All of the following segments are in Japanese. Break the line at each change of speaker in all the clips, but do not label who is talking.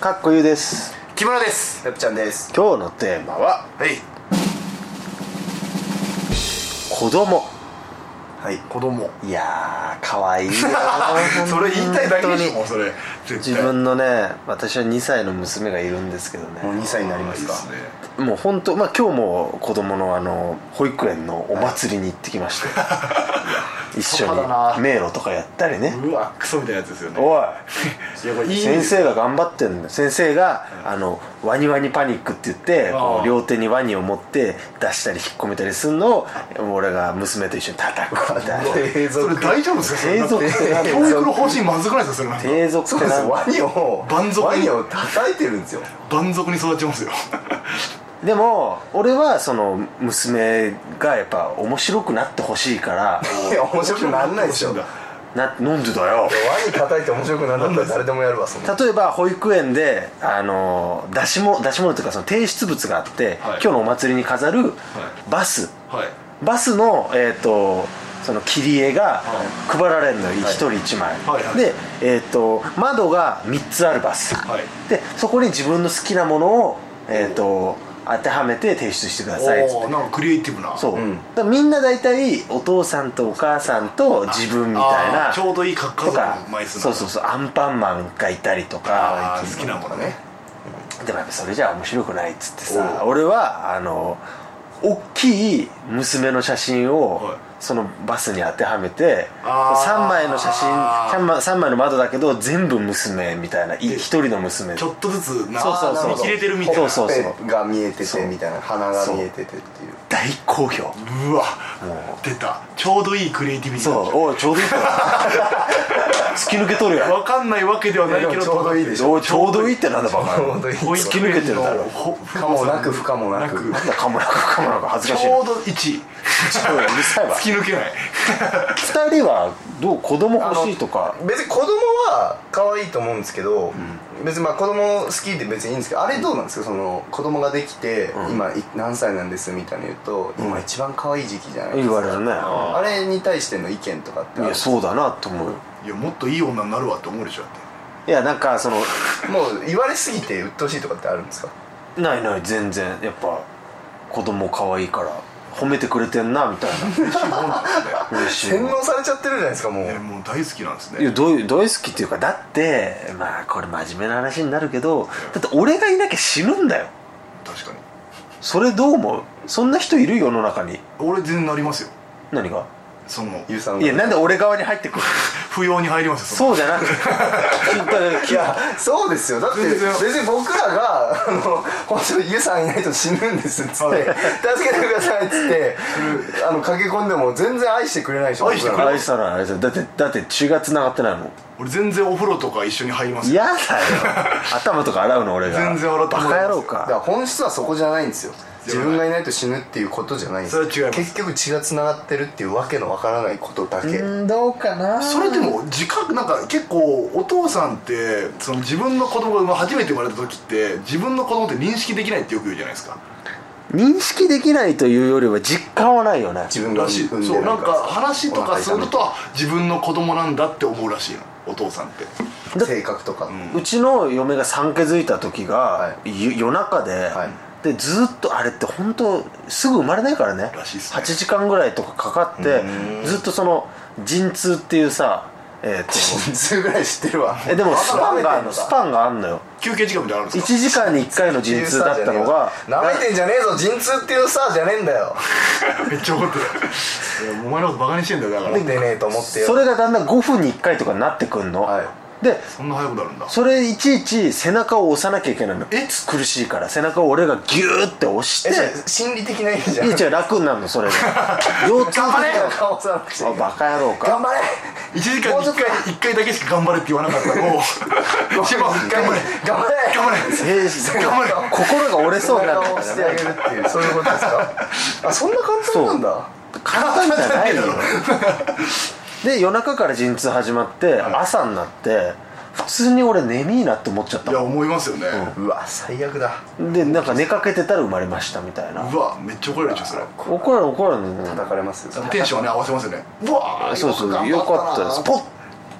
かっこゆうです
木村です
ペプちゃんです
今日のテーマは
はい
子供
はい
子供
いやー可愛いよ
それ言いたいだけでし
本当に
ょそれ絶
自
対
分のね私は2歳の娘がいるんですけど
もう
ね
2歳になりますか
いいですね
もう本当まあ今日も子供のあの保育園のお祭りに行ってきま して、一緒
パパだな
に迷路とかやったりね
うわクソみたいなやつですよね
おい
いやこれいい
先生が頑張ってんだよ先生が、あのワニワニパニックって言ってこ
あ
う
あ
両手にワニを持って出したり引っ込めたりするのを俺が娘と一緒に叩くみたいな
継
それ大丈夫ですかそれ
継続ってなんだ
教育の方針まずくないですかそれなんか
低俗
そ
っ
う
て
です
なん
よ
だ
ワニを
蛮族
ワニを叩いてるんですよ
蛮族に育ちますよ
でも俺はその娘がやっぱ面白くなってほしいから
いや面白くなんないですよ
面白
ワ
く
ななんでだよ
ニ叩いて面白くなんだったら誰でもやるわそんな
例えば保育園であの出し物出し物というかその提出物があって、
はい
今日のお祭りに飾るバス、
はい
バスのえっ、とその切り絵が
は
配られるのよ一、人一枚、
はいはい
で、えっと窓が3つあるバス、
はい
でそこに自分の好きなものを、えっと当てはめて提出してくださいっつっ
おお
て
なんかクリエイティブな
そう、
うん
だからみんな大体お父さんとお母さんと自分みたい
あ
な
ーちょうどいいか
と
家族
か
の枚数
そうそうそうアンパンマンがいたりとか
あー好きなものね
でもやっぱそれじゃ面白くないっつってさ
お
俺はあの大きい娘の写真
は
を
い
そのバスに当てはめて
あー
3枚の写真 3, 枚三枚の窓だけど全部娘みたいない一人の娘
ちょっとずつな
そうそうそう
あーなるほど見切れてるみたいな
そうそうそう
ほっぺが見えて
そう
てみたいな鼻が見えててっていう
大好評
うわ出たちょうどいいクリエイティビティ
そうおいちょうどいいから 突き抜けとるやん
わかんないわけではないけ
いや
ど
でもちょうどいいでし
おいちょうどいいってなんだバカ
ちょうどいい
突き抜けてるだろ
ほ
可もなく不可もなく
なんだかもなくかもなく恥ずかしい
ち
な
ょうど1
おいうるさいわ
突き抜けない
2人はどう子供
あの
欲しいとか
別に子供は可愛いと思うんですけど、別にまあ子供好きで別にいいんですけどあれどうなんですかその子供ができて、今い何歳なんですみたいなの言うと、今一番可愛い時期じゃないです
言
か
われるね
あれに対しての意見とかってある
いやそうだなと思うよ
いやもっといい女になるわって思うでしょだって
いやなんかその
もう言われすぎて鬱陶しいとかってあるんですか
ないない全然やっぱ子供可愛いから褒めてくれてんなみたい
そうなんですね
な嬉しい
洗脳されちゃってるじゃないですかもう
えもう大好きなんです
いや
ね
どういう大好きっていうかだってまあこれ真面目な話になるけどだって俺がいなきゃ死ぬんだよ
確かに
それどう思うそんな人いる世の中に
俺全然なりますよ
何が
その
ゆうさん
い
が
やなんで俺側に入ってくる
不要に入りますよ
そうじゃな くて
いやそうですよだって
全
別
然
に僕らがあの本当にゆさんいないと死ぬんですっつって助けてくださいっつってあの駆け込んでも全然愛してくれないでしょ
愛してくれ
僕ら
愛さない愛さないだってだって血がつながってないもん
俺全然お風呂とか一緒に入りますよ
嫌だよ頭とか洗うの俺が
全然洗ってもら
バ
えます
カ野郎
だから
か
本質はそこじゃないんですよ
じゃ
自
ない
分がいないと死ぬっていうことじゃないんですよ
それは違いま
結
す
局血がつながってるっていうわけのわからないことだけ
うんどうかな
それでも自覚なんか結構お父さんってその自分の子供が初めて生まれた時って自分の子供って認識できないってよく言うじゃないですか
認識できないというよりは実感はないよね
自分が
らしい
産んで
そう
る
なんか
か
話とかするとあ自分の子供なんだって思うらしいのお父さんって
だ
性格とか、
うちの嫁が産気づいた時が、
は
ゆ夜中で、
はい
でずっとあれって本当すぐ生まれないからね
らしいっすね
8時間ぐらいとかかかってずっとその陣痛っていうさえーと
人数ぐらい知ってるわ
えでもスパンがあ
舐めてん
ん
の
の
か
スパンがあんのよ
休憩時間みたいなのある
1
んですか
時間に1回の陣痛だったのが
なめてんじゃねえぞ陣痛っていうさじゃねえんだよ
めっちゃ怒ってるいやお前のことバカにしてんだよだから
出ねえと思ってよ
それがだんだん5分に1回とかになってくんの、
はい
で
そんな早くなるんだ
それいちいち背中を押さなきゃいけないの
え
苦しいから背中を俺がギューって押し
えじゃ
て
あ心理的な意味じゃ
い
ん
や違う楽になるのそれで腰痛
頑張れ
と
顔さなくちゃ
かあバカ野郎
頑
か
張れ
1時間に1回1回だけしか頑張れって言わなかったら もう一番頑張れ
頑張れ
頑張れ
精神
頑張れ
心が折れそうになっ
顔
て
を
た
してあげるっていうそういうことですかあそんな簡単なんだ
簡単じゃないよで夜中から陣痛始まって朝になって普通に俺眠いなって思っちゃった
いや思いますよね、
うわ最悪だ
でなんか寝かけてたら生まれましたみたいな
うわめっちゃ怒られるでしょそれ
怒られ怒られの
叩かれますよ
テンションはね合わせますよねうわー
そうそう
頑張
よかった
な
ですポッ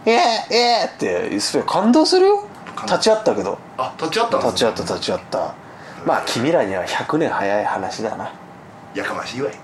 えー、えー、ってそれ感動するよ
感じ
立ち会ったけど
あ立ち会ったんです
立ち会った立ち会ったまあ君らには100年早い話だな
やかましいわい